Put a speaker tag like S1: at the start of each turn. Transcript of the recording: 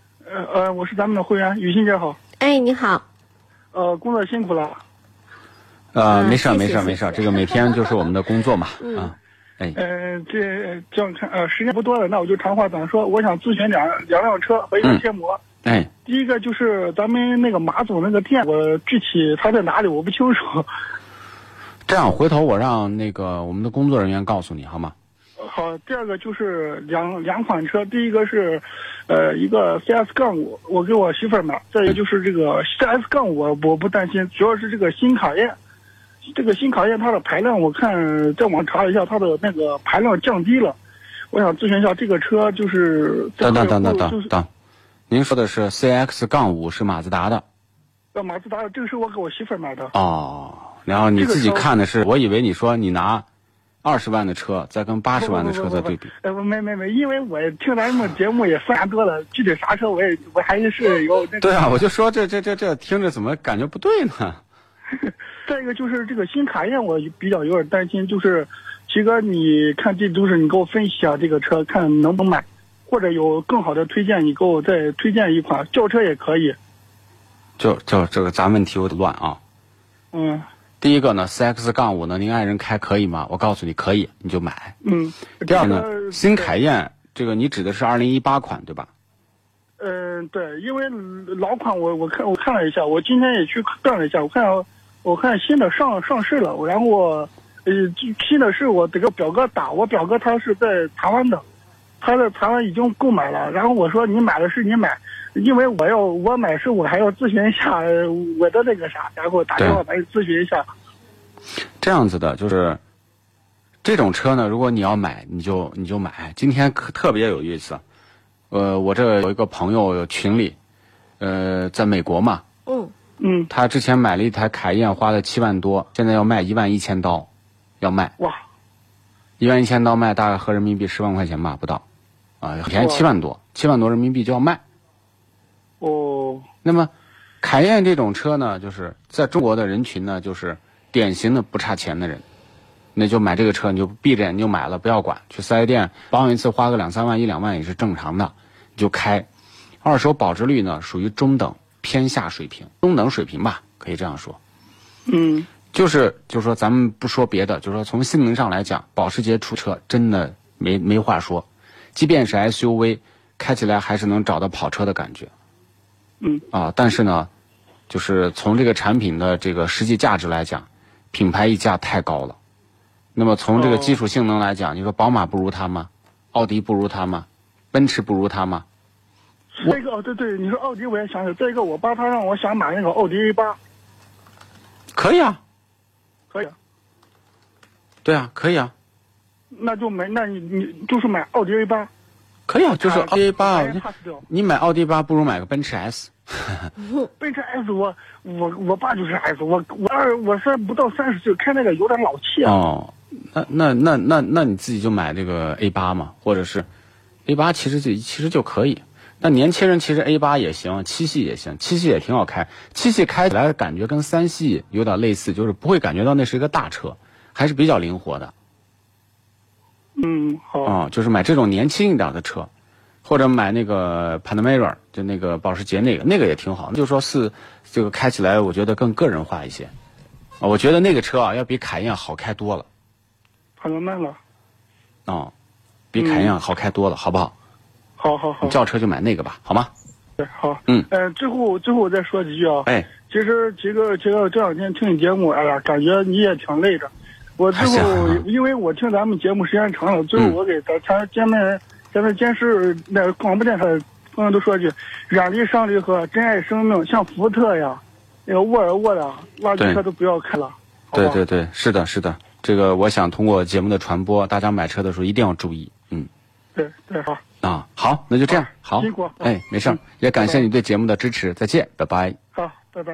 S1: 呃呃，我是咱们的会员雨欣姐好，
S2: 哎，你好，
S1: 呃，工作辛苦了，
S3: 呃，
S1: 啊
S2: 嗯
S3: 没事儿，
S2: 谢谢
S3: 没事儿，
S2: 谢谢
S3: 没事儿，这个每天就是我们的工作嘛，
S1: 嗯
S3: 啊，哎，
S1: 呃，这这样看，呃，时间不多了，那我就长话短说，我想咨询两两辆车和一个
S3: 嗯
S1: 贴膜。
S3: 哎，
S1: 第一个就是咱们那个马总那个店，我具体他在哪里我不清楚。
S3: 这样回头我让那个我们的工作人员告诉你好吗？
S1: 好，呃第二个就是两两款车，第一个是，呃，一个 CS 杠五，我给我媳妇儿买；再一个就是这个 CS 杠五，我我不担心，主要是这个新卡宴，这个新卡宴它的排量，我看再网查一下，它的那个排量降低了。我想咨询一下，这个车就是
S3: 等等等等
S1: 就是
S3: 等等，您说的是 CX 杠五是马自达的
S1: 呃马自达，这个是我给我媳妇儿买的。
S3: 哦，然后你
S1: 这个
S3: 自己
S1: 车
S3: 看的是，我以为你说你拿二十万的车再跟八十万的车再对比，
S1: 呃，不没没没，因为我听咱们节目也三年多了，具体啥车我也我还是有那个。
S3: 对啊，我就说这这这这听着怎么感觉不对 呢？
S1: 再一个就是这个新卡宴，我比较有点担心，就是齐哥，你看这都是你给我分析啊，这个车看能不能买，或者有更好的推荐，你给我再推荐一款轿车也可以。
S3: 就就这个咱问题有点乱啊。
S1: 嗯
S3: 第一个呢，CX 杠五呢，您爱人开可以吗？我告诉你可以，你就买。
S1: 嗯。
S3: 第二
S1: 这个
S3: 呢，新凯宴这个你指的是二零一八款对吧？
S1: 嗯、对，因为老款我我看我看了一下，我今天也去转了一下，我看我看新的上上市了，然后我呃新的是我这个表哥打，我表哥他是在台湾的，他在台湾已经购买了，然后我说你买的是你买，因为我要我买是我还要咨询一下呃我的那个啥，然后打电话来咨询一下。
S3: 这样子的，就是这种车呢，如果你要买，你就你就买。今天可特别有意思，呃，我这有一个朋友有群里，呃，在美国嘛，
S2: 嗯，
S1: 嗯，
S3: 他之前买了一台凯宴，花了七万多，现在要卖一万一千刀，要卖
S1: 哇，
S3: 一万一千刀卖大概合人民币十万块钱吧，不到，啊、很便宜
S1: 哇
S3: 七万多，七万多人民币就要卖。
S1: 哦，
S3: 那么，凯宴这种车呢，就是在中国的人群呢，就是典型的不差钱的人，那就买这个车，你就闭着眼就买了，不要管。去四 S 店保养一次花个两三万、一两万也是正常的，你就开。二手保值率呢，属于中等偏下水平，中等水平吧，可以这样说。
S1: 嗯，
S3: 就是就是说，咱们不说别的，就是说从性能上来讲，保时捷出车真的没没话说，即便是 SUV，开起来还是能找到跑车的感觉。
S1: 嗯
S3: 啊，但是呢，就是从这个产品的这个实际价值来讲，品牌溢价太高了。那么从这
S1: 哦
S3: 个基础性能来讲，你说宝马不如它吗？奥迪不如它吗？奔驰不如它吗？
S1: 再一个哦，对对，你说奥迪我也想起来，再一个我爸他让我想买那个奥迪 A 八，
S3: 可以啊，
S1: 可以啊。
S3: 对啊，可以啊，
S1: 那就没，那你你就是买奥迪 A 八，
S3: 可以啊，就是
S1: 啊
S3: 奥迪八，
S1: 哎 pass 掉。
S3: 你买奥迪八不如买个奔驰 S。
S1: 奔驰 S 我我我爸就是 S，我我二我三不到三十岁开那个有点老气啊。
S3: 哦，那那那那那你自己就买这个 A 八嘛，或者是 A 八，其实就其实就可以。那年轻人其实 A 八也行，七系也行，七系也挺好开。七系开起来感觉跟三系有点类似，就是不会感觉到那是一个大车，还是比较灵活的
S1: 嗯，好，
S3: 啊、就是买这种年轻一点的车，或者买那个 Panamera，就那个保时捷那个，那个也挺好。就说是这个开起来，我觉得更个人化一些。啊我觉得那个车啊，要比凯宴好开多了。啊
S1: 朋友们了，嗯
S3: 哦，比凯宴好开多了，好不好？
S1: 好好好哦
S3: 你，轿车就买那个吧，好吗？
S1: 好，
S3: 嗯
S1: 呃，最后最后我再说几句啊。
S3: 哎，
S1: 其实杰哥，杰哥这两天听你节目，哎呀，感觉你也挺累的。我最
S3: 还行
S1: 后
S3: 啊
S1: 因为我听咱们节目时间长了，最后
S3: 嗯
S1: 我给咱咱咱们咱们监视那个广播电台的朋友都说一句：远离商旅和珍爱生命，像福特呀、那个沃尔沃呀，垃圾车
S3: 对
S1: 都不要开了。好
S3: 对
S1: 吧
S3: 对对，是的，是的，这个我想通过节目的传播，大家买车的时候一定要注意，嗯。
S1: 对对，好。
S3: 啊，好，那就这样，好
S1: 辛苦啊，
S3: 哎，没事儿，也感谢你对节目的支持，再见，拜拜。
S1: 好，拜拜。